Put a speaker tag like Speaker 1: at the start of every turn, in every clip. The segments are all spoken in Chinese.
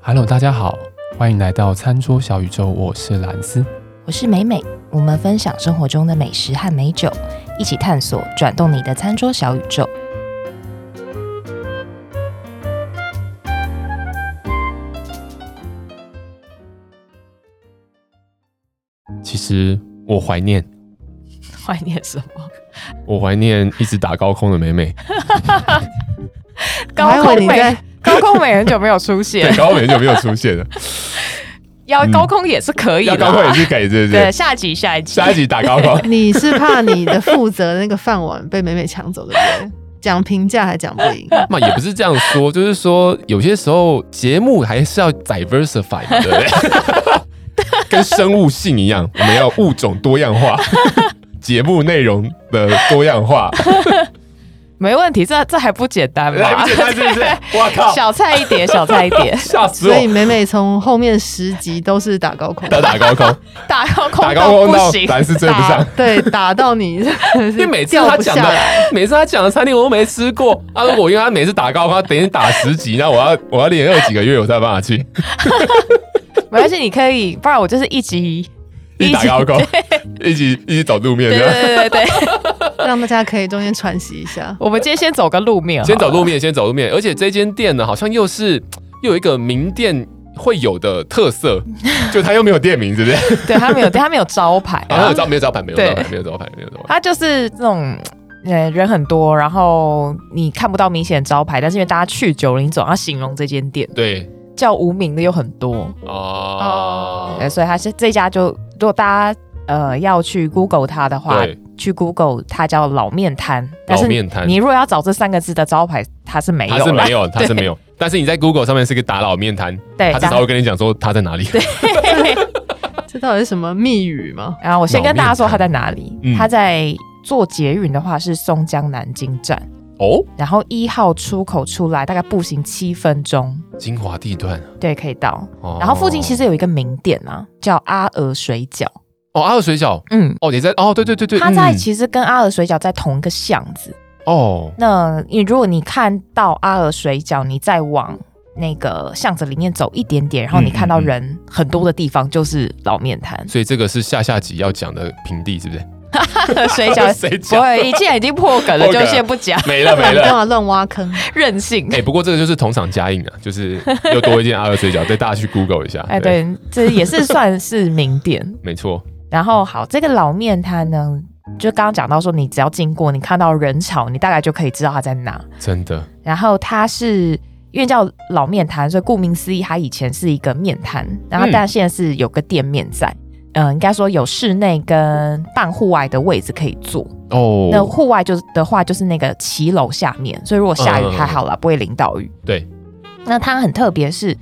Speaker 1: Hello，大家好，欢迎来到餐桌小宇宙，我是蓝斯。
Speaker 2: 我是美美，我们分享生活中的美食和美酒，一起探索转动你的餐桌小宇 宙。
Speaker 1: 其实我怀念，
Speaker 2: 怀念什 么？
Speaker 1: 我怀念一直打高空的美 美，
Speaker 2: 高
Speaker 3: 我还以为
Speaker 2: 空
Speaker 3: 你
Speaker 2: 美
Speaker 3: 在，，
Speaker 2: 高空美很久没有出现
Speaker 1: 对，，高空很久没有出 现了，
Speaker 2: 要
Speaker 1: 嗯
Speaker 2: 高空也是可以
Speaker 1: 要
Speaker 2: 的。啊
Speaker 1: 高空也是可以，对不
Speaker 2: 对，
Speaker 1: 对？
Speaker 2: 下集下集
Speaker 1: 下一集打高空
Speaker 3: 你是怕你的负责的那个饭碗被美美抢走，对不对？讲评价还讲不 赢，
Speaker 1: 嘛也不是这样说，就是说有些时候节目还是要 diversify，嘛对 不对？跟生物性一样，我们要物种多样 化，节目内容的多样化，
Speaker 2: 没问题，这这还不简 单
Speaker 1: 来
Speaker 2: 吗
Speaker 1: 不？及，来是不是？我靠，，
Speaker 2: 小菜一碟，小菜一 碟
Speaker 1: 吓死
Speaker 3: 所以
Speaker 1: 我！
Speaker 3: 美美从后面十集都是打高 空，
Speaker 1: 要打高空，
Speaker 2: 打高 空
Speaker 1: 打高
Speaker 2: 到
Speaker 1: 空
Speaker 2: 不
Speaker 1: 到
Speaker 2: 行，
Speaker 1: 蓝是追不上
Speaker 2: 打。
Speaker 3: 对，打到你， 因
Speaker 1: 因为每次
Speaker 3: 掉
Speaker 1: 他
Speaker 3: 不
Speaker 1: 讲
Speaker 3: 下
Speaker 1: 的
Speaker 3: 来。，
Speaker 1: 每次他讲的餐厅我都没吃过。啊，如果因为他每次打高空，他等于打十级，那我要我要练二几个月，我才有办法 去
Speaker 2: 没关系，你可以，不然我就是一集。
Speaker 1: 一直打高空，一起一起走路面
Speaker 2: 对
Speaker 1: 这
Speaker 2: 对
Speaker 1: 样。
Speaker 2: 对对 对，
Speaker 3: 让大家可以中间喘息一下。
Speaker 2: 我们今天先走个路面好了，
Speaker 1: 先走路面，先走路面。而且这间店呢，好像又是又有一个名店会有的特 色，就他又没有店名，对不对？
Speaker 2: 对他没有，他没有招牌啊，
Speaker 1: 然后有招没有招牌，没有招牌，
Speaker 2: 对啊
Speaker 1: 没有招牌，没有招牌。
Speaker 2: 它就是这种。呃，人很多，然后你看不到明显的招牌，但是因为大家去久了，你总要形容这间店
Speaker 1: 对
Speaker 2: 叫无名的又很多，
Speaker 1: 嗯哦
Speaker 2: 呃，，所以它是这家就，如果大家呃要去 Google 它的话
Speaker 1: 对，
Speaker 2: 去 Google 它叫老面摊，但是
Speaker 1: 老面摊
Speaker 2: 你如果要找这三个字的招牌，它是没有
Speaker 1: 他
Speaker 2: 啦，
Speaker 1: 是 没有，他是没有。但是你在 Google 上面是个打老面摊，
Speaker 2: 对，
Speaker 1: 他至少会跟你讲说他在哪里。
Speaker 3: 这到底是什么密语吗？
Speaker 2: 然后我先跟大家说
Speaker 1: 老面摊
Speaker 2: 它在哪里
Speaker 1: 嗯，
Speaker 2: 它在坐捷运的话是松江南京站，
Speaker 1: 哦，
Speaker 2: 然后一号出口出来大概步行七分钟，
Speaker 1: 精华地段。
Speaker 2: 对，可以到。
Speaker 1: 哦
Speaker 2: 然后附近其实有一个名店啊，叫阿娥水饺。
Speaker 1: 哦，阿尔水饺
Speaker 2: 嗯，
Speaker 1: 哦，你在哦，对对对对，
Speaker 2: 它在
Speaker 1: 嗯
Speaker 2: 其实跟阿娥水饺在同一个巷子。
Speaker 1: 哦，
Speaker 2: 那你如果你看到阿娥水饺，你再往那个巷子里面走一点点，然后你看到人很多的地方就是老面 摊。
Speaker 1: 所以这个是下下集要讲的平地，是不 是？
Speaker 2: 阿娥水饺
Speaker 1: 谁
Speaker 2: 不
Speaker 1: 讲
Speaker 2: 会，既然已经破梗了，
Speaker 1: 破梗
Speaker 2: 就先不讲，
Speaker 1: 没了没
Speaker 3: 你干
Speaker 1: 了。
Speaker 3: 嘛乱挖坑？
Speaker 2: 任性
Speaker 1: 哎、。不过这个就是同场加映啊，就是又多一件阿尔水饺，对 大家去 Google 一下。
Speaker 2: 哎，，对，这也是算是名店。
Speaker 1: 没错，
Speaker 2: 然后好，这个老面摊呢，就刚刚讲到说，你只要经过，你看到人潮，你大概就可以知道它在哪。
Speaker 1: 真的
Speaker 2: 然后它是因为叫老面摊，所以顾名思义，它以前是一个面摊，然后
Speaker 1: 嗯
Speaker 2: 但现在是有个店面在。嗯应该说有室内跟半户外的位置可以坐。那
Speaker 1: 哦，
Speaker 2: 户外就是的话，就是那个骑楼下面，所以如果下雨
Speaker 1: 嗯
Speaker 2: 还好啦，不会淋到雨。
Speaker 1: 对，嗯
Speaker 2: 那它很特别是，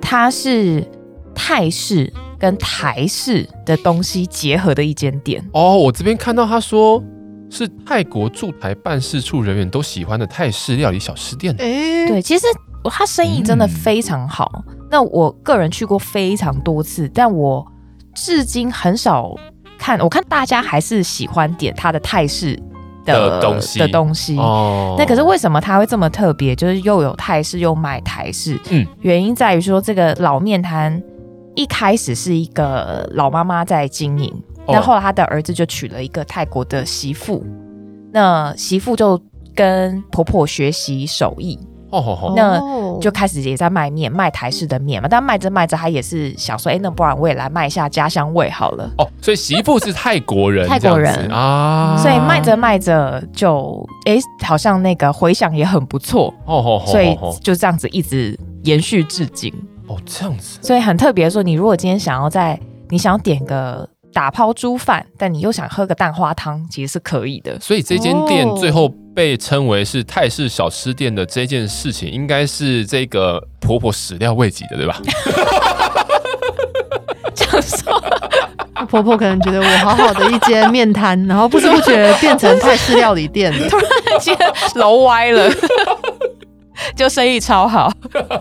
Speaker 2: 它是泰式跟台式的东西结合的一间店。
Speaker 1: 哦，我这边看到他说是泰国驻台办事处人员都喜欢的泰式料理小吃店。
Speaker 3: 哎，
Speaker 2: 对，其实我他生意
Speaker 1: 嗯
Speaker 2: 真的非常好。那我个人去过非常多次，但我至今很少看。我看大家还是喜欢点他的泰式
Speaker 1: 的东西
Speaker 2: 的东西。
Speaker 1: 哦
Speaker 2: 那可是为什么它会这么特别？就是又有泰式又卖台式，
Speaker 1: 嗯，
Speaker 2: 原因在于说这个老面摊一开始是一个老妈妈在经营，
Speaker 1: 哦
Speaker 2: 那后来他的儿子就娶了一个泰国的媳妇，那媳妇就跟婆婆学习手艺，
Speaker 1: 哦吼吼，
Speaker 2: 那
Speaker 3: 哦
Speaker 2: 就开始也在卖面，卖台式的面嘛。但卖着卖着，他也是想说，哎、那不然我也来卖一下家乡味好了。
Speaker 1: 哦，所以媳妇是泰国人，
Speaker 2: 泰国人
Speaker 1: 这样子啊，
Speaker 2: 所以卖着卖着就，哎、好像那个回响也很不错，
Speaker 1: 哦吼吼吼吼，
Speaker 2: 所以就这样子一直延续至今。
Speaker 1: 哦这样子，
Speaker 2: 所以很特别，说你如果今天想要在，你想要点个打抛猪饭，但你又想喝个蛋花汤，其实是可以 的。
Speaker 1: 所以这间店
Speaker 3: 哦
Speaker 1: 最后被称为是泰式小吃店的这件事情，应该是这个婆婆始料未及的， 对吧？
Speaker 2: 这样说，
Speaker 3: 婆婆可能觉得我好好的一间面摊，然后不知不觉变成泰式料理店 了。
Speaker 2: 突然间楼歪了， 就生意超好。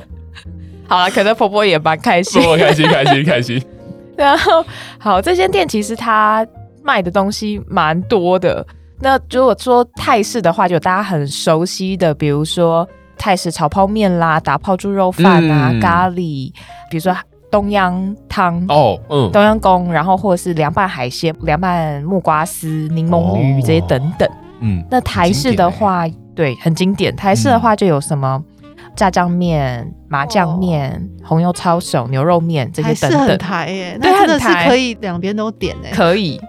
Speaker 2: 好了，可能婆婆也蛮开心。
Speaker 1: 婆婆哦开心，开心，开心。
Speaker 2: 然后，好，这间店其实它卖的东西蛮多的。那如果说泰式的话，就有大家很熟悉的，比如说泰式炒泡面啦、打泡猪肉饭啊、
Speaker 1: 嗯
Speaker 2: 咖喱，比如说东阳汤。
Speaker 1: 哦，嗯，
Speaker 2: 东阳宫，然后或者是凉拌海鲜、凉拌木瓜丝、柠檬鱼
Speaker 1: 哦
Speaker 2: 这些等等。
Speaker 1: 嗯，
Speaker 2: 那台式的话，对，很经典。台式的话就有什么炸酱面、麻酱面、红油抄手、牛肉面这
Speaker 3: 还
Speaker 2: 些
Speaker 3: 是
Speaker 2: 等
Speaker 3: 很
Speaker 2: 等，
Speaker 3: 台耶，
Speaker 2: 对
Speaker 3: 那真的
Speaker 2: 很台
Speaker 3: 是可以两边都点哎。
Speaker 2: 可以，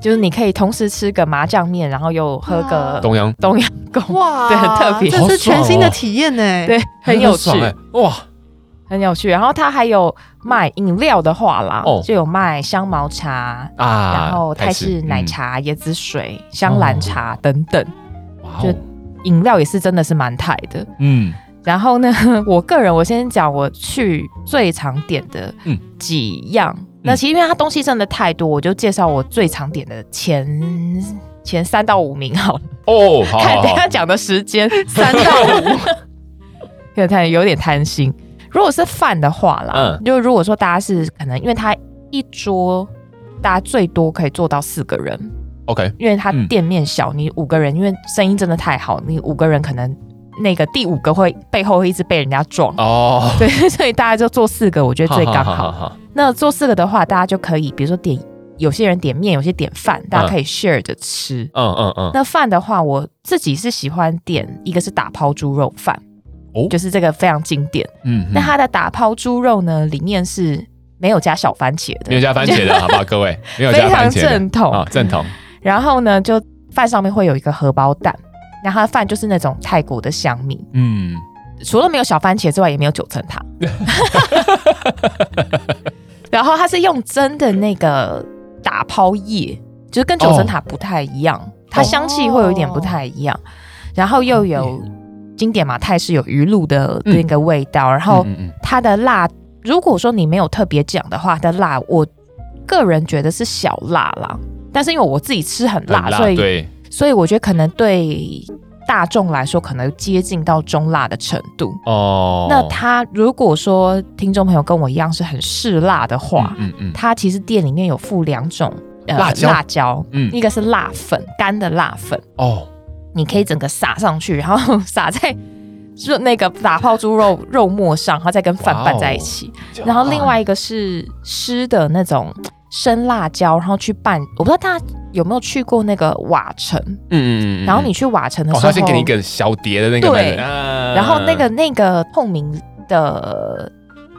Speaker 2: 就是你可以同时吃个麻酱面，然后又喝个
Speaker 1: 东阳
Speaker 2: 东阳宫，
Speaker 3: 哇，
Speaker 2: 对很特别
Speaker 3: 这是全新的体验呢。
Speaker 2: 对，很有趣
Speaker 1: 爽，哎，哇，
Speaker 2: 很有趣。然后它还有卖饮料的话啦
Speaker 1: 哦，
Speaker 2: 就有卖香茅茶。
Speaker 1: 啊，
Speaker 2: 然后泰式奶
Speaker 1: 嗯，
Speaker 2: 茶、椰子水、香兰茶
Speaker 1: 哦
Speaker 2: 等等，
Speaker 1: 哇
Speaker 2: 就
Speaker 1: 哦，
Speaker 2: 饮料也是真的是蛮泰的。
Speaker 1: 嗯，
Speaker 2: 然后呢， 我个人我先讲我去最常点的
Speaker 1: 嗯
Speaker 2: 几样。那其实因为它东西真的太多，我就介绍我最常点的前前三到五名好了，
Speaker 1: 哦，好
Speaker 2: 看
Speaker 1: 好
Speaker 2: 等一
Speaker 1: 好
Speaker 2: 下， 讲的 时间三到五，有点有点贪心。如果是饭的话啦，
Speaker 1: 嗯
Speaker 2: 就如果说大家是可能，因为它一桌大家最多可以做到四个人，
Speaker 1: ，OK，
Speaker 2: 因为它
Speaker 1: 嗯
Speaker 2: 店面小，你五个人，因为生意真的太好，你五个人可能那个第五个会背后会一直被人家撞，
Speaker 1: 哦，
Speaker 2: 对，所以大家就做四个，我觉得最刚好。
Speaker 1: 好，
Speaker 2: 那做四个的话，大家就可以，比如说点，有些人点面，有些点饭，大家可以 share 着吃。
Speaker 1: 嗯嗯嗯，
Speaker 2: 那饭的话，我自己是喜欢点一个是打抛猪肉饭，
Speaker 1: 哦
Speaker 2: 就是这个非常经典。
Speaker 1: 嗯，
Speaker 2: 那它的打抛猪肉呢，里面是没有加小番茄
Speaker 1: 没
Speaker 2: 的，
Speaker 1: 有加番茄的，好不好，各位，没有
Speaker 2: 非
Speaker 1: 加
Speaker 2: 常
Speaker 1: 番茄的
Speaker 2: 正统。
Speaker 1: 啊，正统，
Speaker 2: 然后呢，就饭上面会有一个荷包蛋，然后它的饭就是那种泰国的香米，
Speaker 1: 嗯，
Speaker 2: 除了没有小番茄之外，也没有九 层塔。然后它是用真的那个打抛叶，就是跟九层塔不太一样，
Speaker 1: 哦
Speaker 2: 它香气会有一点不太一样。然后又有经典马泰式有鱼露的那个味道，然后
Speaker 1: 嗯嗯
Speaker 2: 它的辣，如果说你没有特别讲的话，它的辣我个人觉得是小辣啦，但是因为我自己吃很
Speaker 1: 嗯
Speaker 2: 辣，
Speaker 1: 很辣，
Speaker 2: 所以
Speaker 1: 对，
Speaker 2: 所以我觉得可能对大众来说，可能接近到中辣的程度。
Speaker 1: 哦，
Speaker 2: 那它如果说听众朋友跟我一样是很嗜辣的话，
Speaker 1: 嗯嗯
Speaker 2: 它其实店里面有附两种、呃
Speaker 1: 辣椒
Speaker 2: 辣椒，
Speaker 1: 嗯嗯，
Speaker 2: 一个是辣粉，干的辣粉，
Speaker 1: 哦，
Speaker 2: 你可以整个撒上去，然后撒在 就那个打泡猪肉肉末上，然后再跟饭
Speaker 1: 哇哦
Speaker 2: 拌在一起。然后
Speaker 1: 哦
Speaker 2: 另外一个是湿的那种生辣椒，然后去拌。我不知道大家有没有去过那个瓦城，
Speaker 1: 嗯，嗯嗯嗯，
Speaker 2: 然后你去瓦城的
Speaker 1: 哦，
Speaker 2: 时候，
Speaker 1: 他先给你一个小碟的那个，
Speaker 2: 对
Speaker 1: 啊
Speaker 2: 然后那个那个透明的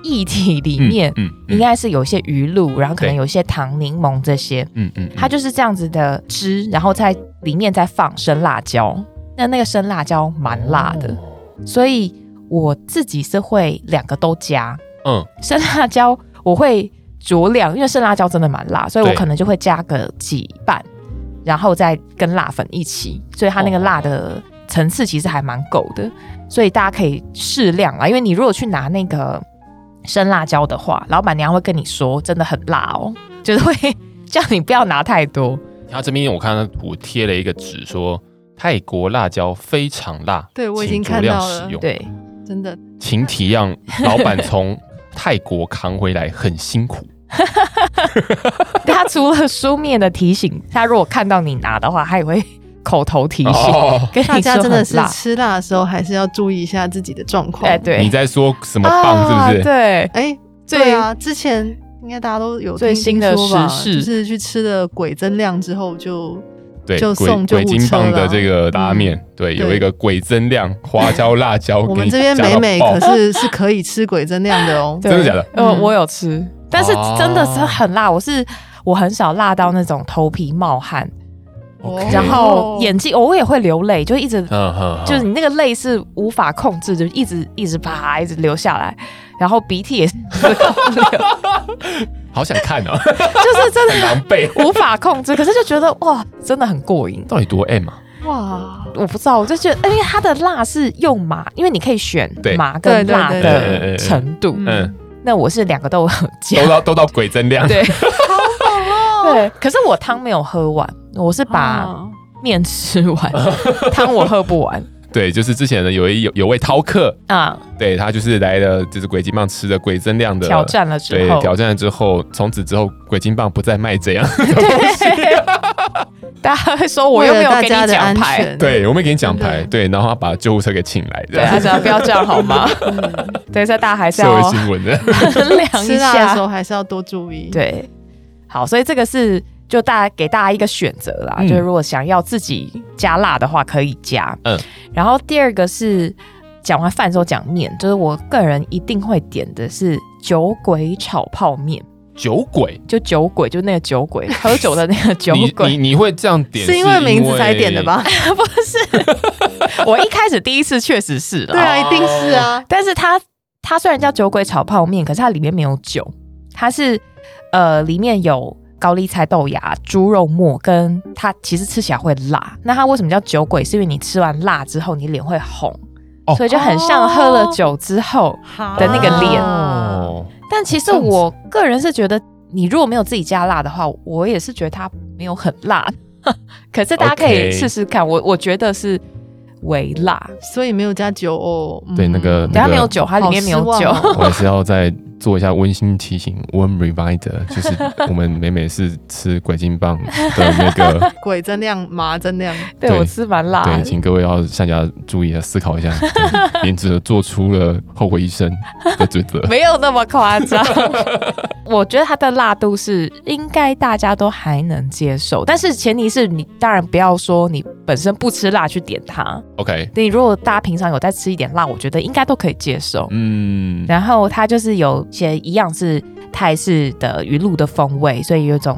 Speaker 2: 液体里
Speaker 1: 嗯
Speaker 2: 面，
Speaker 1: 嗯
Speaker 2: 应该是有一些鱼露，然后可能
Speaker 1: 对
Speaker 2: 有一些糖、柠檬这些，
Speaker 1: 嗯嗯，
Speaker 2: 它就是这样子的汁，然后在里面再放生辣椒。那那个生辣椒蛮辣的，
Speaker 1: 哦
Speaker 2: 所以我自己是会两个都加。
Speaker 1: 嗯，
Speaker 2: 生辣椒我会酌量，因为生辣椒真的蛮辣，所以我
Speaker 1: 对
Speaker 2: 可能就会加个几瓣，然后再跟辣粉一起，所以它那个
Speaker 1: 哦
Speaker 2: 辣的层次其实还蛮够的，所以大家可以适量啊啦。因为你如果去拿那个生辣椒的话，老板娘会跟你说真的很辣哦， 就是会叫你不要拿太多。
Speaker 1: 他这边我看到图贴了一个纸说。泰国辣椒非常辣，
Speaker 3: 对我已
Speaker 1: 请
Speaker 3: 经看
Speaker 1: 酌量
Speaker 3: 到
Speaker 1: 使
Speaker 3: 了
Speaker 1: 用。
Speaker 2: 对，
Speaker 3: 真的，
Speaker 1: 请体谅老板从泰国扛回来很辛 苦。
Speaker 2: 他除了书面的提醒，他如果看到你拿的话，他也会口头提醒。
Speaker 1: 哦，
Speaker 2: 跟你
Speaker 3: 大家
Speaker 2: 说
Speaker 3: 真的
Speaker 2: 很
Speaker 3: 是
Speaker 2: 辣
Speaker 3: 吃辣的时候还是要注意一下自己的状况
Speaker 2: 哎、。对，
Speaker 1: 你在说什么棒是不
Speaker 2: 啊、
Speaker 1: 是？
Speaker 2: 对，
Speaker 3: 哎，
Speaker 2: 最
Speaker 3: 对啊，之前应该大家都有
Speaker 2: 最
Speaker 3: 听
Speaker 2: 新的
Speaker 3: 听说吧
Speaker 2: 时事
Speaker 3: 就是去吃了鬼增量之后就
Speaker 1: 对，
Speaker 3: 就
Speaker 1: 鬼
Speaker 3: 送就
Speaker 1: 鬼
Speaker 3: 五
Speaker 1: 金
Speaker 3: 车
Speaker 1: 棒的
Speaker 3: 了
Speaker 1: 这个拉
Speaker 2: 嗯
Speaker 1: 面，对，有
Speaker 3: 对
Speaker 1: 一个鬼增量花椒辣椒给你
Speaker 3: 我们这边
Speaker 1: 加到
Speaker 3: 美美
Speaker 1: 爆
Speaker 3: 可是是可以吃鬼增量的 哦。
Speaker 2: 对
Speaker 1: 真的假的？
Speaker 2: 呃，
Speaker 3: 嗯
Speaker 2: 我有吃，但是
Speaker 1: 哦
Speaker 2: 真的是很辣，我是我很少辣到那种头皮冒汗，
Speaker 1: OK
Speaker 2: 然后
Speaker 3: 哦
Speaker 2: 眼睛我也会流泪，就一直
Speaker 1: 嗯哼，
Speaker 2: 就是你那个泪是无法控制，就一直一直啪一直流下来，然后鼻涕也是 流，
Speaker 1: 好想看 哦，
Speaker 2: 就是真
Speaker 1: 很
Speaker 2: 的
Speaker 1: 狼狈。
Speaker 2: 无法控制，可是就觉得哇，真的很过瘾。
Speaker 1: 到底多 M 啊？
Speaker 3: 哇，
Speaker 2: 我不知道，我就觉得，因为它的辣是用麻，因为你可以选
Speaker 1: 对
Speaker 2: 麻跟
Speaker 3: 对对
Speaker 2: 辣
Speaker 3: 对
Speaker 1: 对对
Speaker 2: 的
Speaker 1: 对
Speaker 2: 程度。
Speaker 1: 嗯，
Speaker 2: 那我是两个都有 加
Speaker 1: 都，到都到鬼增 量，
Speaker 2: 对，对，可是我汤没有喝完，我是把
Speaker 3: 哦
Speaker 2: 面吃 完，汤我喝不完
Speaker 1: 对，就是之前呢有一有有位饕客，
Speaker 2: 啊。
Speaker 1: 对他就是来了，就是鬼金棒吃的鬼增量的
Speaker 2: 挑。战了之
Speaker 1: 对，
Speaker 2: 后，
Speaker 1: 挑战了之后，从此之后，鬼金棒不再卖这样。
Speaker 2: 大家会说我又没有给你奖牌，
Speaker 1: 对，我们给你奖牌，
Speaker 3: 真
Speaker 1: 对，然后他把救护车给请来，这
Speaker 2: 对，
Speaker 1: 样
Speaker 2: 他说不要这样好吗？对，在大家还是
Speaker 1: 社
Speaker 2: 要
Speaker 1: 会新闻的。
Speaker 2: 衡 量
Speaker 3: 嗯吃
Speaker 2: 一
Speaker 3: 辣的时
Speaker 2: 下。
Speaker 3: 候还是要多注意。，
Speaker 2: 对，好，所以这个是就大家给大家一个选择啦，
Speaker 1: 嗯
Speaker 2: 就是如果想要自己加辣的话，可以加。
Speaker 1: 嗯
Speaker 2: 嗯，然后第二个是讲完饭之后讲面，就是我个人一定会点的是酒鬼炒泡面，
Speaker 1: 酒鬼，
Speaker 2: 就酒鬼，就那个酒鬼喝酒的那个 酒
Speaker 1: 你你
Speaker 2: 鬼。
Speaker 1: 你会这样点，
Speaker 3: 是因为名字才点的？
Speaker 1: 哦
Speaker 3: 吧？
Speaker 2: 不是， 我一开始第一次确实是的，
Speaker 3: 对啊，一定是啊。
Speaker 2: 但是它它虽然叫酒鬼炒泡面，可是它里面没有酒，它是呃里面有高丽菜、豆芽、猪肉末，跟它其实吃起来会辣。那它为什么叫酒鬼？是因为你吃完辣之后，你脸会红，
Speaker 1: 哦
Speaker 2: 所以就很像喝了酒之后。的那个脸
Speaker 3: 啊
Speaker 1: 哦，
Speaker 2: 但其实我个人是觉得，你如果没有自己加辣的话，我也是觉得它没有很辣。 可是大家可以
Speaker 1: OK
Speaker 2: 试试看我我觉得是微辣，
Speaker 3: 所以没有加酒哦。嗯
Speaker 1: 对那个
Speaker 2: 对它没有酒，它里面没有
Speaker 3: 好失
Speaker 2: 酒
Speaker 3: 望。哦
Speaker 1: 我还是要再做一下温馨提醒，One Reminder，就是我们每每是吃鬼金棒的那个，
Speaker 3: 鬼真亮，麻真 亮，
Speaker 2: 对
Speaker 1: 对
Speaker 2: 我吃蛮辣
Speaker 1: 对，
Speaker 2: 的，
Speaker 1: 请各位要善加注意啊，思考一 下，对免得做出了后悔一生的抉择。
Speaker 2: 没有那么夸张。 我觉得它的辣度是应该大家都还能接受，但是前提是你当然不要说你本身不吃辣去点它。
Speaker 1: OK，
Speaker 2: 你如果大家平常有在吃一点辣，我觉得应该都可以接受。
Speaker 1: 嗯，
Speaker 2: 然后它就是有一些一样是泰式的鱼露的风味，所以有一种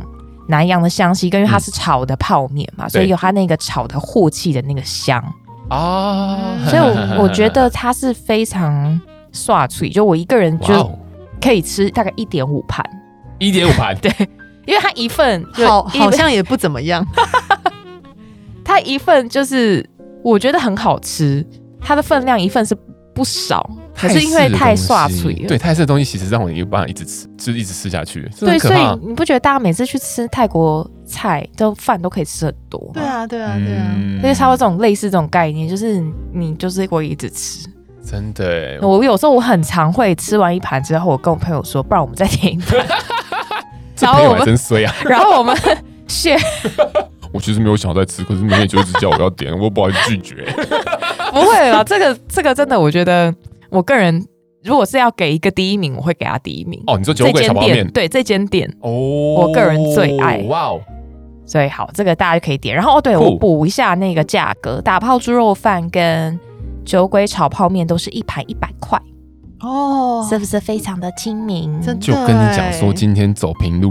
Speaker 2: 南洋的香气，跟因为它是炒的泡面
Speaker 1: 嗯
Speaker 2: 嘛，所以有它那个炒的镬气的那个 香。
Speaker 1: 啊，
Speaker 2: 所以我我觉 得它是非常刷脆，就我一个人
Speaker 1: 哇
Speaker 2: 就
Speaker 1: 哦，
Speaker 2: 可以吃大概一点五盘，
Speaker 1: 一点五盘，
Speaker 2: 对，因为它一份就
Speaker 3: 好，
Speaker 2: 一
Speaker 3: 好 像也不怎么样。
Speaker 2: 它一份就是我觉得很好吃，它的分量一份是不少，可是因为太刷嘴了
Speaker 1: 对，。泰式的东西其实让我有办法一直吃，就是一直吃下去，真的很
Speaker 2: 对，
Speaker 1: 可
Speaker 2: 所以
Speaker 1: 怕。
Speaker 2: 你不觉得大家每次去吃泰国菜，都饭都可以吃很多吗？
Speaker 3: 对，啊，对啊，
Speaker 1: 嗯
Speaker 3: 对啊。
Speaker 2: 就是差不多这种类似这种概念，就是你就是会一直吃。
Speaker 1: 真的欸，
Speaker 2: 我有时候我很常会吃完一盘之后，我跟我朋友说，不然我们再点一 盘，
Speaker 1: 这
Speaker 2: 然后
Speaker 1: 朋友
Speaker 2: 我
Speaker 1: 还
Speaker 2: 们
Speaker 1: 真衰 啊！
Speaker 2: 然后我们 share
Speaker 1: 我其实没有想再吃，可是明天就一直叫我要点，我不好意思拒绝。
Speaker 2: 不会啦，这个这个真的，我觉得我个人如果是要给一个第一名，我会给他第一名。
Speaker 1: 哦， 你说酒
Speaker 2: 这
Speaker 1: 鬼
Speaker 2: 间
Speaker 1: 炒泡面
Speaker 2: 店，对这间店，
Speaker 1: 哦，
Speaker 2: 我个人最爱
Speaker 1: 哇哦，
Speaker 2: 所以好，这个大家就可以点。然后哦，对
Speaker 1: 酷
Speaker 2: 我补一下那个价格，打泡猪肉饭跟酒鬼炒泡面都是一盘一百块，
Speaker 3: 哦
Speaker 2: 是不是非常的亲民？
Speaker 3: 真
Speaker 1: 就跟你讲说今天走平路，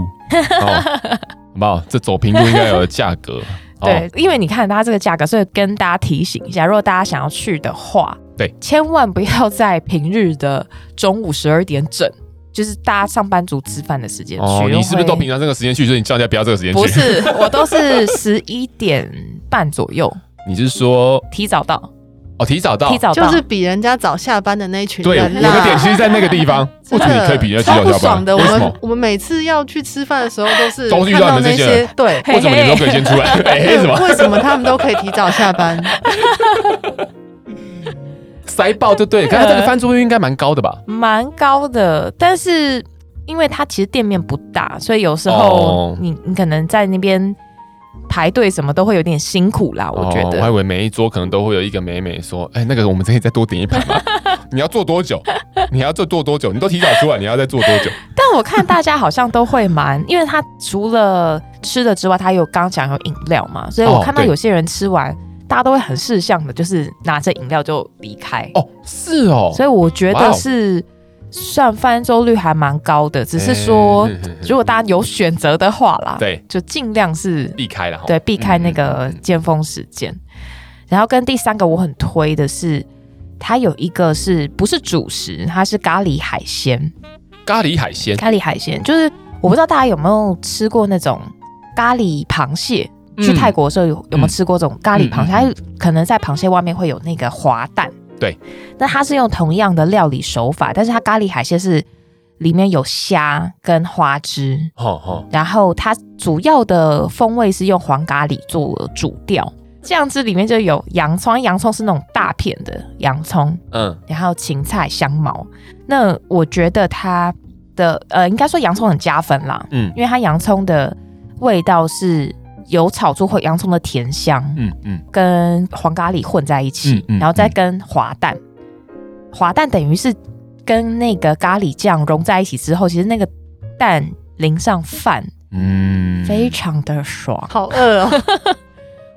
Speaker 1: 哦，好不好？这走平路应该有的价格。哦
Speaker 2: 对，，因为你看它这个价格，所以跟大家提醒一下，如果大家想要去的话，
Speaker 1: 对，
Speaker 2: 千万不要在平日的中午十二点整，就是大家上班族吃饭的时间去。
Speaker 1: 哦，你是不是都
Speaker 2: 因为
Speaker 1: 平常这个时间去？所以你叫人家不要这个时间
Speaker 2: 不
Speaker 1: 去。
Speaker 2: 是，我都是十一点半左右
Speaker 1: 你是说
Speaker 2: 提早到，
Speaker 1: 哦，提早到
Speaker 2: 提，早到，
Speaker 3: 就是比人家早下班的那一群
Speaker 1: 对，
Speaker 3: 人
Speaker 1: 我的点
Speaker 3: 啦。
Speaker 1: 其实在那个地方。我
Speaker 3: 真
Speaker 1: 觉
Speaker 3: 的
Speaker 1: 得你可以比人家
Speaker 3: 超
Speaker 1: 提
Speaker 3: 不
Speaker 1: 早下
Speaker 3: 爽
Speaker 1: 班，
Speaker 3: 的，我
Speaker 1: 为什么
Speaker 3: 们？我们每次要去吃饭的时候都是
Speaker 1: 都是遇
Speaker 3: 看
Speaker 1: 到
Speaker 3: 到
Speaker 1: 你
Speaker 3: 那
Speaker 1: 们这些
Speaker 3: 些
Speaker 1: 人
Speaker 3: 对，
Speaker 2: 嘿
Speaker 1: 为什么你们都可以先出来？ 哎，什么？
Speaker 3: 为什么他们都可以提早 下班？
Speaker 1: 塞爆就对了。刚才这个翻桌率应该蛮高的吧？
Speaker 2: 蛮高的，但是因为它其实店面不大，所以有时候
Speaker 1: 哦
Speaker 2: 你、你可能在那边排队什么都会有点辛苦啦，我觉
Speaker 1: 哦
Speaker 2: 得。
Speaker 1: 我还以为每一桌可能都会有一个美美说，哎，那个我们可以再多点一盘吗？你要做多久？你还要做做多久？你都提早出来，你要再做多久？
Speaker 2: 但我看大家好像都会蛮，因为它除了吃的之外，它有刚讲有饮料嘛，所以我
Speaker 1: 哦
Speaker 2: 看到
Speaker 1: 对
Speaker 2: 有些人吃完，大家都会很识相的，就是拿着饮料就离开。
Speaker 1: 哦，是哦，
Speaker 2: 所以我觉
Speaker 1: 哇
Speaker 2: 得
Speaker 1: 哦
Speaker 2: 是算翻周率还蛮高的，只是说、
Speaker 1: 嗯嗯嗯嗯
Speaker 2: 如果大家有选择的话啦，
Speaker 1: 对，
Speaker 2: 就尽量是
Speaker 1: 避开了哈。
Speaker 2: 对避开那
Speaker 1: 嗯
Speaker 2: 个
Speaker 1: 嗯嗯
Speaker 2: 尖峰时间。然后跟第三个我很推的是，它有一个是不是主食，它是咖喱海鲜。
Speaker 1: 咖喱海鲜，
Speaker 2: 咖喱海鲜就是我不知道大家有没有吃过那种咖喱螃蟹。
Speaker 1: 嗯
Speaker 2: 去泰国的时候有有没有吃过这种咖喱螃蟹？
Speaker 1: 嗯嗯
Speaker 2: 它可能在螃蟹外面会有那个滑蛋。
Speaker 1: 对，
Speaker 2: 那它是用同样的料理手法，但是它咖喱海鲜是里面有虾跟花枝，
Speaker 1: 哈哈，
Speaker 2: 然后它主要的风味是用黄咖喱做主调，酱汁里面就有洋葱，洋葱是那种大片的洋葱，
Speaker 1: 嗯，
Speaker 2: 然后芹菜、香茅。那我觉得它的呃，应该说洋葱很加分啦，
Speaker 1: 嗯
Speaker 2: 因为它洋葱的味道是有炒出会洋葱的甜香，
Speaker 1: 嗯嗯
Speaker 2: 跟黄咖喱混在一起，
Speaker 1: 嗯嗯
Speaker 2: 然后再跟滑蛋，滑蛋等于是跟那个咖喱酱融在一起之后，其实那个蛋淋上饭，
Speaker 1: 嗯，
Speaker 2: 非常的爽。
Speaker 3: 好饿哦，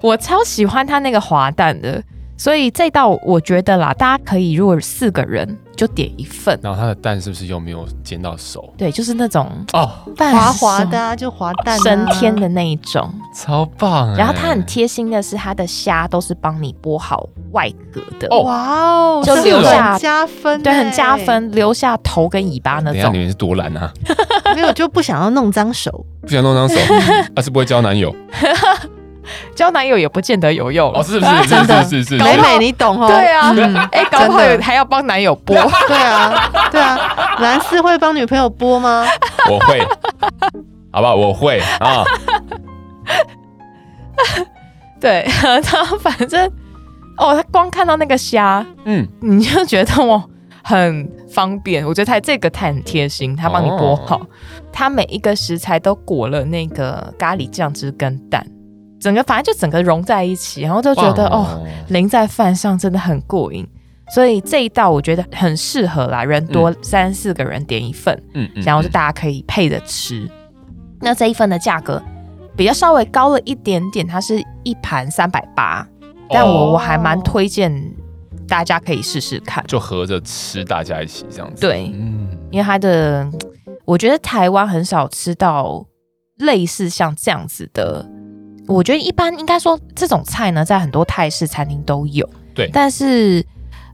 Speaker 2: 我超喜欢它那个滑蛋的，所以这道我觉得啦，大家可以如果四个人就点一份，
Speaker 4: 然后它的蛋是不是又没有煎到熟？
Speaker 2: 对，就是那种
Speaker 4: 哦，
Speaker 2: 半
Speaker 3: 嗯滑滑的、啊、就滑蛋、啊，
Speaker 2: 升天的那一种。
Speaker 4: 超棒哎！
Speaker 2: 然后它很贴心的是，它的虾都是帮你剥好外壳的，
Speaker 1: 哦
Speaker 3: 哇哦，
Speaker 2: 就
Speaker 3: 这
Speaker 2: 留
Speaker 3: 很
Speaker 2: 下
Speaker 3: 加分，欸
Speaker 2: 对，很加。分，留下头跟尾巴那
Speaker 4: 等一下你
Speaker 2: 种。
Speaker 4: 们是多懒啊！
Speaker 3: 没有就不想要弄脏手，
Speaker 4: 不想弄脏 手，啊是不会交男友
Speaker 2: 交男友也不见得有用
Speaker 4: 哦，是不 是？
Speaker 3: 真的
Speaker 4: 是是是是，
Speaker 3: 美美你懂哦。
Speaker 2: 对啊
Speaker 3: 嗯
Speaker 2: 哎、搞不好
Speaker 3: 真
Speaker 2: 有
Speaker 3: 的
Speaker 2: 还要帮男友 剥。
Speaker 3: 对啊，对啊，蓝斯会帮女朋友播吗？
Speaker 4: 我会，好不好？我会啊，
Speaker 2: 对， 然后反正哦，他光看到那个虾，
Speaker 4: 嗯，
Speaker 2: 你就觉得我很方便。我觉得他这个太很贴心，他帮你剥好，他、每一个食材都裹了那个咖喱酱汁跟蛋，整个反正就整个融在一起，然后就觉得
Speaker 4: 棒
Speaker 2: 哦，淋在饭上真的很过瘾。所以这一道我觉得很适合啦，人多三四个人点一份，
Speaker 4: 嗯嗯
Speaker 2: 然后就大家可以配着吃。那这一份的价格比较稍微高了一点点，它是一盘三百八，但我、
Speaker 3: 哦
Speaker 2: 我还蛮推荐大家可以试试看，
Speaker 4: 就合着吃，大家一起这样子。
Speaker 2: 对
Speaker 4: 嗯，
Speaker 2: 因为它的我觉得台湾很少吃到类似像这样子的。我觉得一般应该说这种菜呢，在很多泰式餐厅都有，
Speaker 4: 对
Speaker 2: 但是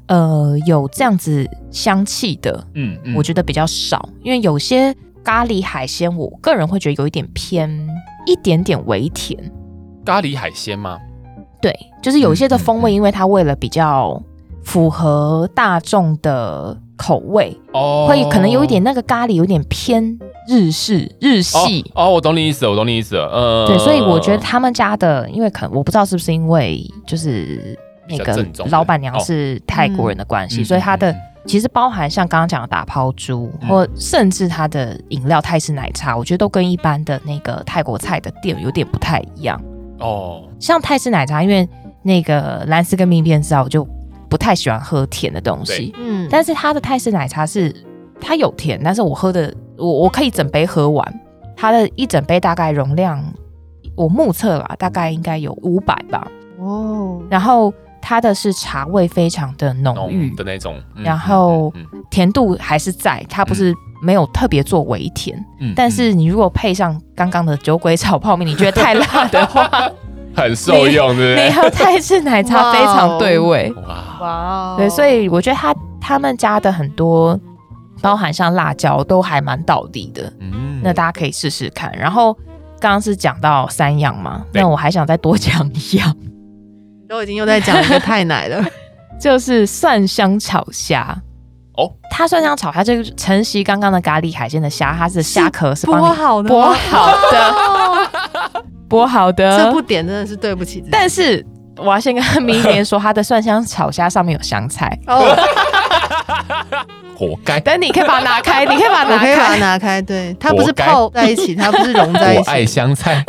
Speaker 2: 呃，有这样子香气的，
Speaker 4: 嗯嗯
Speaker 2: 我觉得比较少，因为有些咖喱海鲜，我个人会觉得有一点偏一点点微甜。
Speaker 4: 咖喱海鲜吗？
Speaker 2: 对，就是有一些的
Speaker 4: 嗯嗯
Speaker 2: 风味，因为它为了比较符合大众的口味，
Speaker 4: 哦
Speaker 2: 会可能有一点那个咖喱有点偏日式日系。
Speaker 4: 哦。哦，我懂你意思了，我懂你意思了。嗯，
Speaker 2: 对，所以我觉得他们家的，因为可能我不知道是不是因为就是那
Speaker 4: 比较
Speaker 2: 个
Speaker 4: 正宗的
Speaker 2: 老板娘是泰国人的关系，
Speaker 4: 嗯
Speaker 2: 所以它
Speaker 4: 嗯
Speaker 2: 的
Speaker 4: 嗯
Speaker 2: 其实包含像刚刚讲的打抛猪，
Speaker 4: 嗯
Speaker 2: 或甚至它的饮料泰式奶茶，我觉得都跟一般的那个泰国菜的店有点不太一样。
Speaker 4: 哦，
Speaker 2: 像泰式奶茶，因为那个蓝斯跟明片知道，我就不太喜欢喝甜的东西，
Speaker 3: 嗯，
Speaker 2: 但是它的泰式奶茶是它有甜，但是我喝的我我可以整杯喝完，它的一整杯大概容量我目测啦，大概应该有五百吧。
Speaker 3: 哦，
Speaker 2: 然后它的是茶味非常的浓郁
Speaker 4: 浓，的那种。嗯
Speaker 2: 然后
Speaker 4: 嗯嗯
Speaker 2: 甜度还是在，它不是没有特别做微甜。
Speaker 4: 嗯
Speaker 2: 但是你如果配上刚刚的酒鬼炒泡面，你觉得太辣的 话，
Speaker 4: 嗯很受用，对
Speaker 2: 你
Speaker 4: 不
Speaker 2: 喝泰式奶茶非常对味。
Speaker 4: 对？哇，
Speaker 3: 哇哦，
Speaker 2: 对，所以我觉得他他们家的很多，包含像辣椒都还蛮到底的，
Speaker 4: 嗯
Speaker 2: 那大家可以试试看。然后刚刚是讲到三样嘛，
Speaker 4: 对
Speaker 2: 那我还想再多讲一样，
Speaker 3: 都已经又在讲一个太奶 了，
Speaker 2: 就是蒜香炒虾。
Speaker 4: 哦，
Speaker 2: 它蒜香炒虾就是承袭刚刚的咖喱海鲜的虾，它是虾壳是帮
Speaker 3: 剥
Speaker 2: 你
Speaker 3: 好的
Speaker 2: 剥
Speaker 3: 吗，
Speaker 2: 好的， 剥好
Speaker 3: 这不
Speaker 2: 的。
Speaker 3: 点真的是对不起自己。
Speaker 2: 但是我要先跟明莲说，它的蒜香炒虾上面有香菜，
Speaker 3: 哦，
Speaker 4: 活该。
Speaker 2: 但你可以把它 拿开，你可以把它
Speaker 3: 我
Speaker 2: 拿
Speaker 3: 可以把它
Speaker 2: 开。
Speaker 3: 拿开，对，它不
Speaker 4: 活
Speaker 3: 是
Speaker 4: 该
Speaker 3: 泡在一起，它不是融在一
Speaker 4: 我爱
Speaker 3: 起，哦
Speaker 4: 香菜，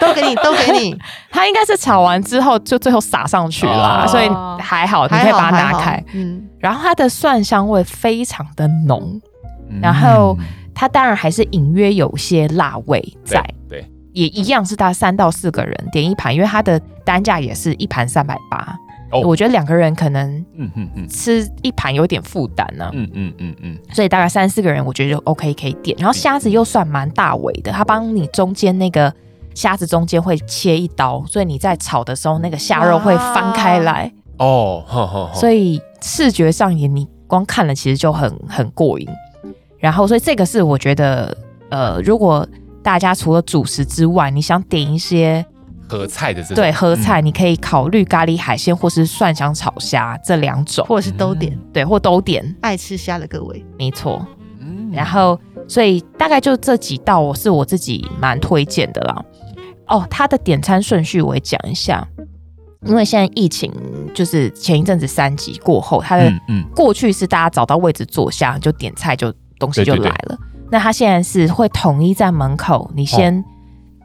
Speaker 3: 都给你，都给 你，
Speaker 2: 它应该是炒完之后就最后撒上去啦，
Speaker 4: 哦
Speaker 2: 所以还好，你可以
Speaker 3: 还好
Speaker 2: 把它
Speaker 3: 还
Speaker 2: 拿
Speaker 3: 好
Speaker 2: 开。
Speaker 3: 嗯，
Speaker 2: 然后它的蒜香味非常的浓， 然后
Speaker 1: 嗯
Speaker 2: 它当然还是隐约有些辣味在，
Speaker 4: 对对
Speaker 2: 也一样是它三到四个人点一盘，因为它的单价也是一盘三百八。
Speaker 4: 哦
Speaker 2: 我觉得两个人可能
Speaker 4: 嗯嗯嗯
Speaker 2: 吃一盘有点负担呢、
Speaker 4: 嗯嗯嗯嗯，
Speaker 2: 所以大概三四个人，我觉得就 OK 可以点。然后虾子又算蛮大尾的，它帮你中间那个虾子中间会切一刀，所以你在炒的时候那个虾肉会翻开来，
Speaker 4: 哦，呵呵呵
Speaker 2: 所以视觉上也你光看了其实就很很过瘾。然后所以这个是我觉得，呃，如果大家除了主食之外，你想点一些
Speaker 4: 合菜的这种
Speaker 2: 对
Speaker 4: 嗯
Speaker 2: 喝菜，你可以考虑咖喱海鲜或是蒜香炒虾这两种，
Speaker 3: 或者是都点，
Speaker 2: 对，或都点，
Speaker 3: 嗯爱吃虾的各位，
Speaker 2: 没错。
Speaker 4: 嗯
Speaker 2: 然后所以大概就这几道我是我自己蛮推荐的啦。哦，它的点餐顺序我也讲一下，因为现在疫情就是前一阵子三级过后，它的
Speaker 4: 嗯嗯
Speaker 2: 过去是大家找到位置坐下就点菜就东西
Speaker 4: 对
Speaker 2: 就
Speaker 4: 对
Speaker 1: 哦
Speaker 2: 来了，那它现在是会统一在门口，你先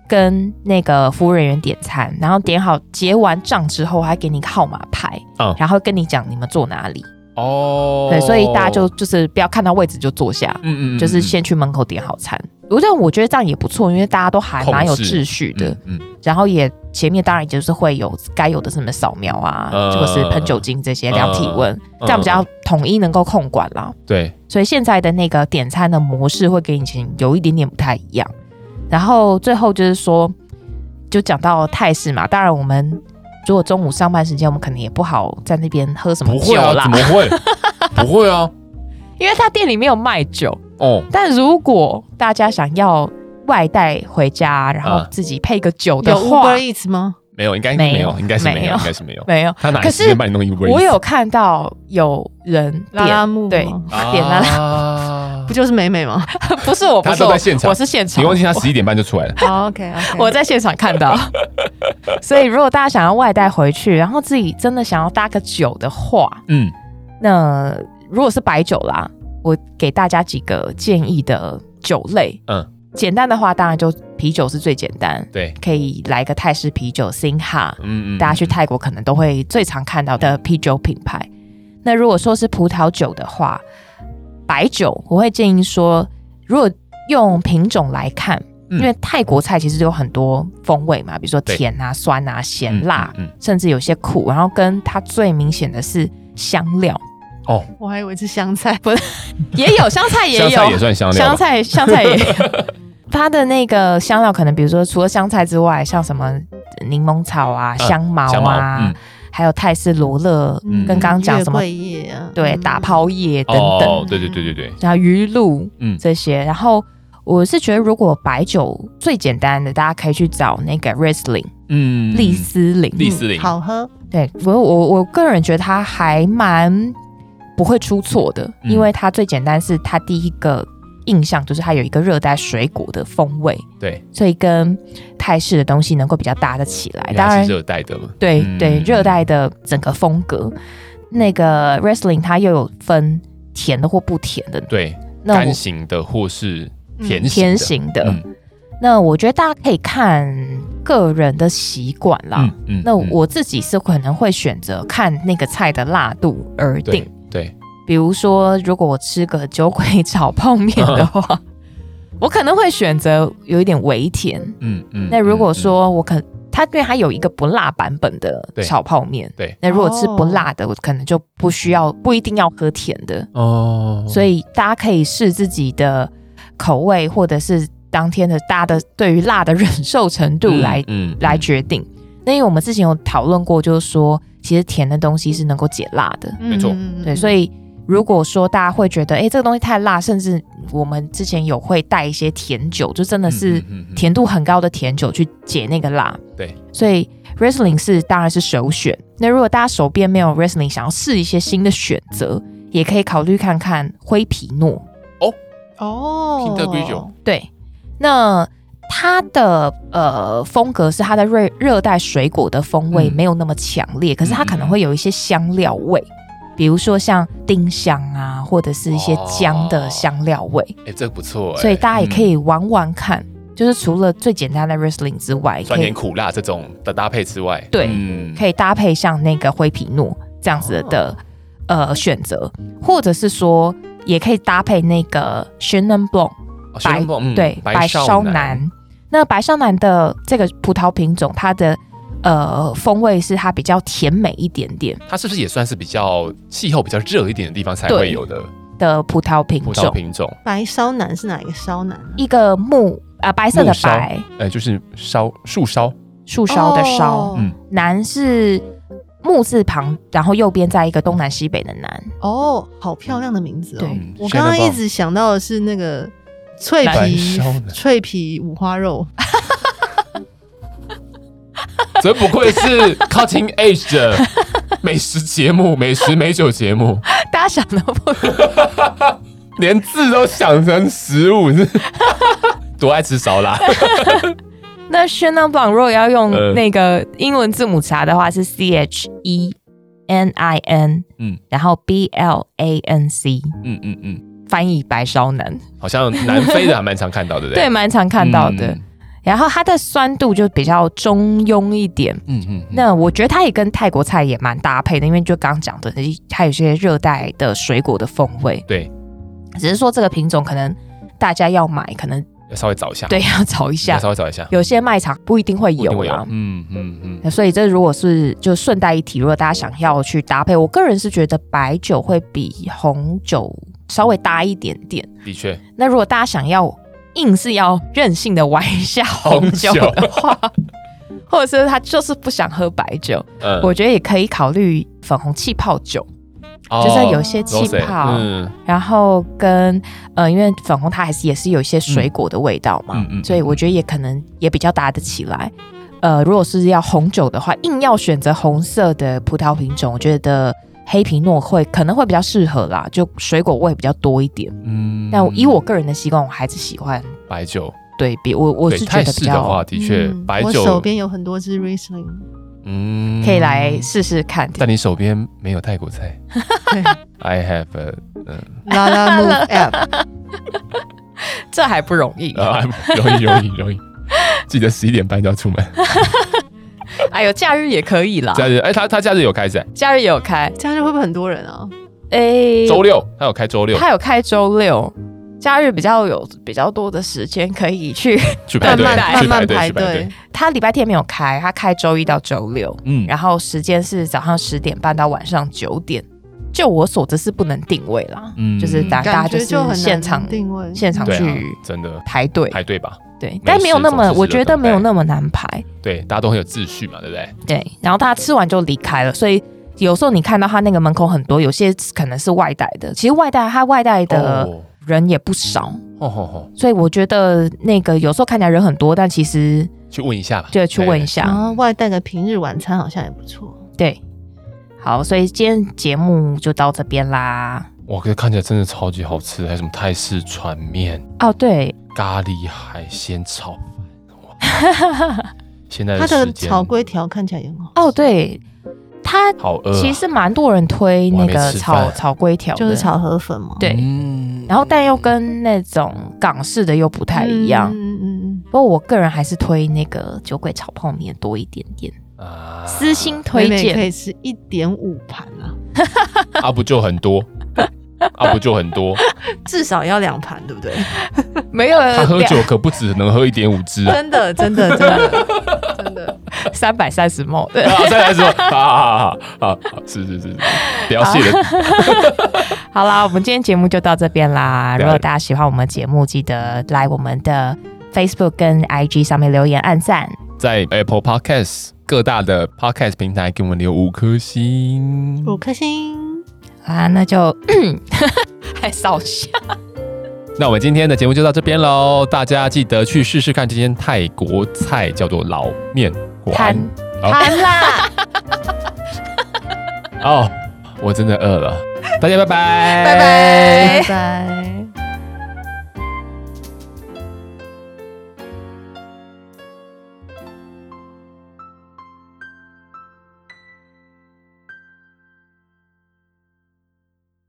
Speaker 2: 跟那个服务人员点餐，然后点好结完账之后，还给你号码牌，
Speaker 1: 嗯
Speaker 2: 然后跟你讲你们坐哪里。
Speaker 1: 哦
Speaker 2: 对，所以大家就就是不要看到位置就坐下，
Speaker 1: 嗯
Speaker 2: 就是先去门口点好餐。我但我觉得这样也不错，因为大家都还蛮有
Speaker 1: 控制
Speaker 2: 秩序的，
Speaker 1: 嗯嗯
Speaker 2: 然后也前面当然就是会有该有的什么扫描啊，
Speaker 1: 呃
Speaker 2: 或者是喷酒精这些量体温，这样比较统一能够控管啦。
Speaker 1: 对，
Speaker 2: 所以现在的那个点餐的模式会跟以前有一点点不太一样。然后最后就是说，就讲到泰式嘛，当然我们如果中午上班时间，我们可能也不好在那边喝什么
Speaker 1: 不
Speaker 2: 酒
Speaker 1: 会啊，
Speaker 2: 啦，
Speaker 1: 怎么 会？不会啊，
Speaker 2: 因为他店里没有卖酒。
Speaker 1: 哦，
Speaker 2: 但如果大家想要外带回家，然后
Speaker 1: 嗯
Speaker 2: 自己配个酒
Speaker 3: 有
Speaker 2: 的
Speaker 3: Uber
Speaker 2: 话，嗯
Speaker 3: Eats 吗？
Speaker 1: 没有，应该
Speaker 2: 没
Speaker 1: 没
Speaker 2: 有
Speaker 1: 有，应该是没
Speaker 2: 没
Speaker 1: 有，
Speaker 2: 有
Speaker 1: 应该是没有。
Speaker 2: 没有。
Speaker 1: 他哪
Speaker 2: 可
Speaker 1: 有
Speaker 2: 是
Speaker 1: 时间把你弄一杯？
Speaker 2: 我有看到有人
Speaker 3: 拉
Speaker 2: 点，
Speaker 3: 拉木吗
Speaker 2: 对
Speaker 1: 啊
Speaker 2: 点啊了
Speaker 1: 啦
Speaker 3: 不。就是美美吗
Speaker 2: 不是我，
Speaker 1: 他都
Speaker 2: 不是我
Speaker 1: 在现场
Speaker 2: 我是现场。
Speaker 1: 你忘记他十一点半就出来了？
Speaker 3: 好？OK OK，
Speaker 2: 我在现场 看到。所以如果大家想要外带回去，然后自己真的想要搭个酒的话，
Speaker 1: 嗯，
Speaker 2: 那如果是白酒啦，我给大家几个建议的酒类。
Speaker 1: 嗯，
Speaker 2: 简单的话，当然就啤酒是最简单，
Speaker 1: 对，
Speaker 2: 可以来个泰式啤酒 Sinha，
Speaker 1: 嗯嗯，
Speaker 2: 大家去泰国可能都会最常看到的啤酒品牌。那如果说是葡萄酒的话，白酒我会建议说，如果用品种来看，
Speaker 1: 嗯
Speaker 2: 因为泰国菜其实有很多风味嘛，比如说
Speaker 1: 对
Speaker 2: 甜啊、酸啊、
Speaker 1: 嗯
Speaker 2: 咸辣，
Speaker 1: 嗯嗯
Speaker 2: 甚至有些苦，然后跟它最明显的是香 料，
Speaker 1: 哦，
Speaker 3: 我还以为是香菜，
Speaker 2: 也有香菜也有，
Speaker 1: 香菜也算香料
Speaker 2: 香
Speaker 1: 吧，
Speaker 2: 菜香菜也有。 它的那个香料可能，比如说除了香菜之外，像什么柠檬草啊、
Speaker 1: 嗯
Speaker 2: 香茅
Speaker 1: 香茅，
Speaker 2: 啊，
Speaker 1: 嗯，
Speaker 2: 还有泰式罗勒，
Speaker 1: 嗯
Speaker 2: 跟刚刚讲什么
Speaker 3: 月桂叶啊，
Speaker 2: 对，
Speaker 3: 嗯
Speaker 2: 打抛叶等等，
Speaker 1: 哦，对对对对对，
Speaker 2: 然后鱼露，
Speaker 1: 嗯
Speaker 2: 嗯，这些。然后我是觉得，如果白酒最简单的，大家可以去找那个 Riesling
Speaker 1: 嗯，
Speaker 2: 利斯林。
Speaker 1: 利斯林，
Speaker 3: 好喝，
Speaker 2: 对我我我个人觉得它还蛮不会出错的，
Speaker 1: 嗯
Speaker 2: 因为它最简单是它第一个印象就是它有一个热带水果的风味，
Speaker 1: 对，
Speaker 2: 所以跟泰式的东西能够比较搭得起来。
Speaker 1: 因为
Speaker 2: 哎当
Speaker 1: 它
Speaker 2: 然
Speaker 1: 是，热带的嘛，
Speaker 2: 对、
Speaker 1: 嗯
Speaker 2: 对，热带的整个风格。那个 wrestling 它又有分甜的或不甜的，
Speaker 1: 对，
Speaker 2: 那
Speaker 1: 干
Speaker 2: 我
Speaker 1: 型的或是
Speaker 3: 嗯
Speaker 1: 甜
Speaker 2: 甜
Speaker 1: 型
Speaker 2: 型
Speaker 1: 的，嗯
Speaker 2: 的，那我觉得大家可以看个人的习惯啦。
Speaker 1: 嗯嗯
Speaker 2: 那
Speaker 1: 嗯
Speaker 2: 我自己是可能会选择看那个菜的辣度而定
Speaker 1: 对，对，
Speaker 2: 比如说如果我吃个酒鬼炒泡面 的话，我可能会选择有一点微甜。
Speaker 1: 嗯嗯
Speaker 2: 那如果
Speaker 1: 嗯嗯
Speaker 2: 说我可它因为它有一个不辣版本的
Speaker 1: 对
Speaker 2: 炒泡面，
Speaker 1: 对
Speaker 2: 那如果吃不辣的，我可能就不需要不一定要喝甜的，
Speaker 1: 哦，
Speaker 2: 所以大家可以试自己的口味或者是当天的大家的对于辣的忍受程度来
Speaker 1: 嗯
Speaker 2: 来决定。那因为我们之前有讨论过，就是说其实甜的东西是能够解辣的，
Speaker 1: 没
Speaker 3: 嗯
Speaker 1: 错
Speaker 2: 对，所
Speaker 3: 以
Speaker 2: 以如果说大家会觉得，哎、这个东西太辣，甚至我们之前有会带一些甜酒，就真的是
Speaker 1: 甜，
Speaker 2: 甜度很高的甜酒去解那个辣。
Speaker 1: 嗯对，
Speaker 2: 所以 Riesling 是当然是首选。那如果大家手边没有 Riesling，想要试一些新的选择，也可以考虑看看灰皮诺。
Speaker 3: 哦，
Speaker 1: 拼得贵酒
Speaker 2: 对，那它的呃风格是它的热热带水果的风味
Speaker 1: 嗯
Speaker 2: 没有那么强烈，可是它可能会有一些香料味，比如说像丁香啊，或者是一些姜的香料味，
Speaker 1: 哎，这不错，哎
Speaker 2: 所以大家也可
Speaker 1: 哦嗯
Speaker 2: 以玩玩看。就是除了最简单的 Riesling 之外，
Speaker 1: 酸
Speaker 2: 可以
Speaker 1: 甜苦辣这种的搭配之外，
Speaker 2: 对
Speaker 1: 嗯
Speaker 2: 可以搭配像那个灰皮诺这样子的、
Speaker 1: 哦
Speaker 2: 呃选择，或者是说也可以搭配那个 c h i n o n Blanc。
Speaker 1: 哦
Speaker 2: 白
Speaker 1: 熊猫嗯
Speaker 2: 对白
Speaker 1: 少
Speaker 2: 烧
Speaker 1: 男，
Speaker 2: 南。那白烧南的这个葡萄品种，它的呃风味是它比较甜美一点点
Speaker 1: 它是不是也算是比较气候比较热一点的地方才
Speaker 2: 对
Speaker 1: 会有的
Speaker 2: 的葡萄品
Speaker 1: 葡萄
Speaker 2: 种，
Speaker 1: 品种？
Speaker 3: 白烧腩是哪一个烧腩啊？
Speaker 2: 一个木哎啊、白色的白，
Speaker 1: 呃，就是烧树烧，
Speaker 2: 树梢的梢，
Speaker 3: 哦
Speaker 1: 嗯
Speaker 2: 南是木字旁，然后右边在一个东南西北的南，
Speaker 3: 哦，好漂亮的名字哦
Speaker 2: 对！
Speaker 1: 嗯
Speaker 3: 我刚刚一
Speaker 1: Shannon
Speaker 3: 直想到的是那个脆
Speaker 1: 白
Speaker 3: 皮
Speaker 1: 烧腩
Speaker 3: 脆皮五花肉，
Speaker 1: Bond 真不愧是 Cutting Edge 的美食节目、 美食美酒节目，
Speaker 2: 大家想的不一样
Speaker 1: 连字都想成食物，是 多爱吃烧腊。
Speaker 2: 那 c h i n o n Blanc 如果要用
Speaker 1: 呃
Speaker 2: 那个英文字母查的话，是 C H E N I N，
Speaker 1: 嗯
Speaker 2: 嗯，然后 B L A N C
Speaker 1: 嗯嗯嗯，
Speaker 2: 翻译白烧南。
Speaker 1: 好像南非的还蛮常看到，对不对？
Speaker 2: 对，蛮常看到的。
Speaker 1: 嗯
Speaker 2: 然后它的酸度就比较中庸一点。
Speaker 4: 嗯嗯，嗯
Speaker 2: 那我觉得它也跟泰国菜也蛮搭配的，因为就刚刚讲的，它有些热带的水果的风味。
Speaker 4: 对，
Speaker 2: 只是说这个品种可能大家要买，可能
Speaker 4: 要稍微找一下，
Speaker 2: 对要找一下
Speaker 4: 要，稍微找一下，
Speaker 2: 有些卖场不一定会
Speaker 4: 不一定
Speaker 2: 有啊
Speaker 4: 会
Speaker 2: 啦。
Speaker 4: 嗯嗯嗯，
Speaker 2: 那所以这如果是就顺带一提，如果大家想要去搭配，我个人是觉得白酒会比红酒稍微搭一点点。
Speaker 4: 的确，
Speaker 2: 那如果大家想要硬是要任性的玩一下红酒的话，或者是他就是不想喝白酒，
Speaker 4: 嗯，
Speaker 2: 我觉得也可以考虑粉红气泡酒，
Speaker 4: 哦
Speaker 2: 就是有些气
Speaker 4: Rosé，
Speaker 2: 泡，
Speaker 1: 嗯，
Speaker 2: 然后跟呃，因为粉红它还是也是有一些水果的味道嘛，
Speaker 4: 嗯嗯嗯
Speaker 2: 所以我觉得也可能也比较搭得起来。呃，如果是要红酒的话，硬要选择红色的葡萄品种，我觉得黑皮诺会可能会比较适合啦，就水果味比较多一点。
Speaker 4: 嗯
Speaker 2: 但以我个人的习惯，我还是喜欢
Speaker 1: 嗯
Speaker 4: 白酒，
Speaker 2: 对比我我
Speaker 4: 对
Speaker 2: 是觉
Speaker 4: 泰
Speaker 2: 得比
Speaker 4: 式的话，
Speaker 2: 较
Speaker 4: 的确
Speaker 3: 嗯
Speaker 4: 白
Speaker 3: 我手
Speaker 4: 酒，
Speaker 3: 边有很多支 Riesling，
Speaker 4: 嗯
Speaker 2: 可以来试试看。
Speaker 4: 但你手边没有泰国菜
Speaker 3: 对
Speaker 4: ，I have a-
Speaker 3: 拉拉 Move App，
Speaker 2: 这还不容易，
Speaker 1: 啊，容易容易容易，记得十一点半就要出门。
Speaker 2: 哎呦，假日也可以啦，
Speaker 1: 假日，哎，他他假日有开始，
Speaker 2: 假日也有开，
Speaker 3: 假日会不会很多人啊？
Speaker 2: 哎，
Speaker 1: 周六他有开周六
Speaker 2: 他有开周六，假日比较有比较多的时间可以去。
Speaker 1: 去排
Speaker 3: 慢
Speaker 1: 队，
Speaker 3: 慢
Speaker 1: 去排
Speaker 3: 慢慢
Speaker 1: 队，
Speaker 3: 排
Speaker 1: 去排队
Speaker 3: 队。，
Speaker 2: 他礼拜天没有开，他开周一到周六，
Speaker 4: 嗯，
Speaker 2: 然后时间是早上十点半到晚上九点。就我所知是不能定位啦，
Speaker 4: 嗯
Speaker 2: 就是大大
Speaker 3: 感
Speaker 2: 家就
Speaker 3: 觉很
Speaker 2: 是
Speaker 3: 难
Speaker 2: 现场
Speaker 3: 定位，
Speaker 2: 现场
Speaker 1: 对啊
Speaker 2: 去
Speaker 1: 真的
Speaker 2: 排队，
Speaker 1: 排队吧，
Speaker 2: 对，但没有那
Speaker 4: 总
Speaker 2: 么，
Speaker 4: 之是
Speaker 2: 我觉
Speaker 4: 有等
Speaker 2: 得
Speaker 4: 待
Speaker 2: 没有那么难排，
Speaker 1: 对，大家都很有秩序嘛，对不对？
Speaker 2: 对。然后他吃完就离开了，所以。有时候你看到他那个门口很多，有些可能是外带的，其实外带他外带的
Speaker 4: 哦
Speaker 2: 人也不少，
Speaker 4: 吼吼吼，
Speaker 2: 所以我觉得那个有时候看起来人很多，但其实
Speaker 1: 去问一下吧，哎
Speaker 2: 就去问一
Speaker 3: 然
Speaker 2: 下。
Speaker 3: 后嗯外带个平日晚餐好像也不错。
Speaker 2: 对，好，所以今天节目就到这边啦。
Speaker 4: 哇，可是看起来真的超级好吃，还有什么泰式船面、
Speaker 2: 哦，对，
Speaker 4: 咖喱海鲜炒饭，哇！ 现在
Speaker 3: 它
Speaker 4: 的
Speaker 3: 的
Speaker 4: 时间
Speaker 3: 炒粿条看起来也很好，
Speaker 2: 哦，对，他
Speaker 4: 好饿啊，
Speaker 2: 其实蛮多人推那
Speaker 4: 我还
Speaker 2: 个
Speaker 4: 没吃
Speaker 2: 炒
Speaker 4: 饭
Speaker 2: 炒龟条的，
Speaker 3: 就是炒河粉嘛，
Speaker 2: 对，
Speaker 4: 嗯
Speaker 2: 然后但又跟那种港式的又不太一样。
Speaker 3: 嗯嗯嗯
Speaker 2: 不过我个人还是推那个酒鬼炒泡面多一点点，
Speaker 4: 啊
Speaker 2: 私心
Speaker 3: 嗯，妹
Speaker 2: 推
Speaker 3: 妹可
Speaker 2: 荐。
Speaker 3: 以吃一点五盘啊，
Speaker 1: 啊不就很 多，啊不就很多，
Speaker 3: 至少要两盘，对不 对？
Speaker 2: 没有
Speaker 1: 他喝酒可不只能喝一点五支啊，
Speaker 3: 真的，真的，真的，真的。
Speaker 2: 三百三十 ml，对
Speaker 1: 啊再来说，好好好好好，是是 是，不要谢了，
Speaker 2: 好啦，我们今天节目就到这边啦。
Speaker 1: 对
Speaker 2: 如果大家喜欢我们节目，记得来我们的 Facebook 跟 IG 上面留言、按赞。
Speaker 1: 在 Apple Podcast 各大的 Podcast 平台给我们留五颗星，
Speaker 2: 哦
Speaker 3: 五颗星，
Speaker 2: 啊，那就 还少笑。
Speaker 1: 那我们今天的节目就到这边喽，大家记得去试试看这间泰国菜，叫做老面馆
Speaker 2: 贪
Speaker 1: 好
Speaker 2: 贪啦，
Speaker 1: 哦。我真的饿了，大家拜拜，
Speaker 2: 拜拜。
Speaker 3: 拜。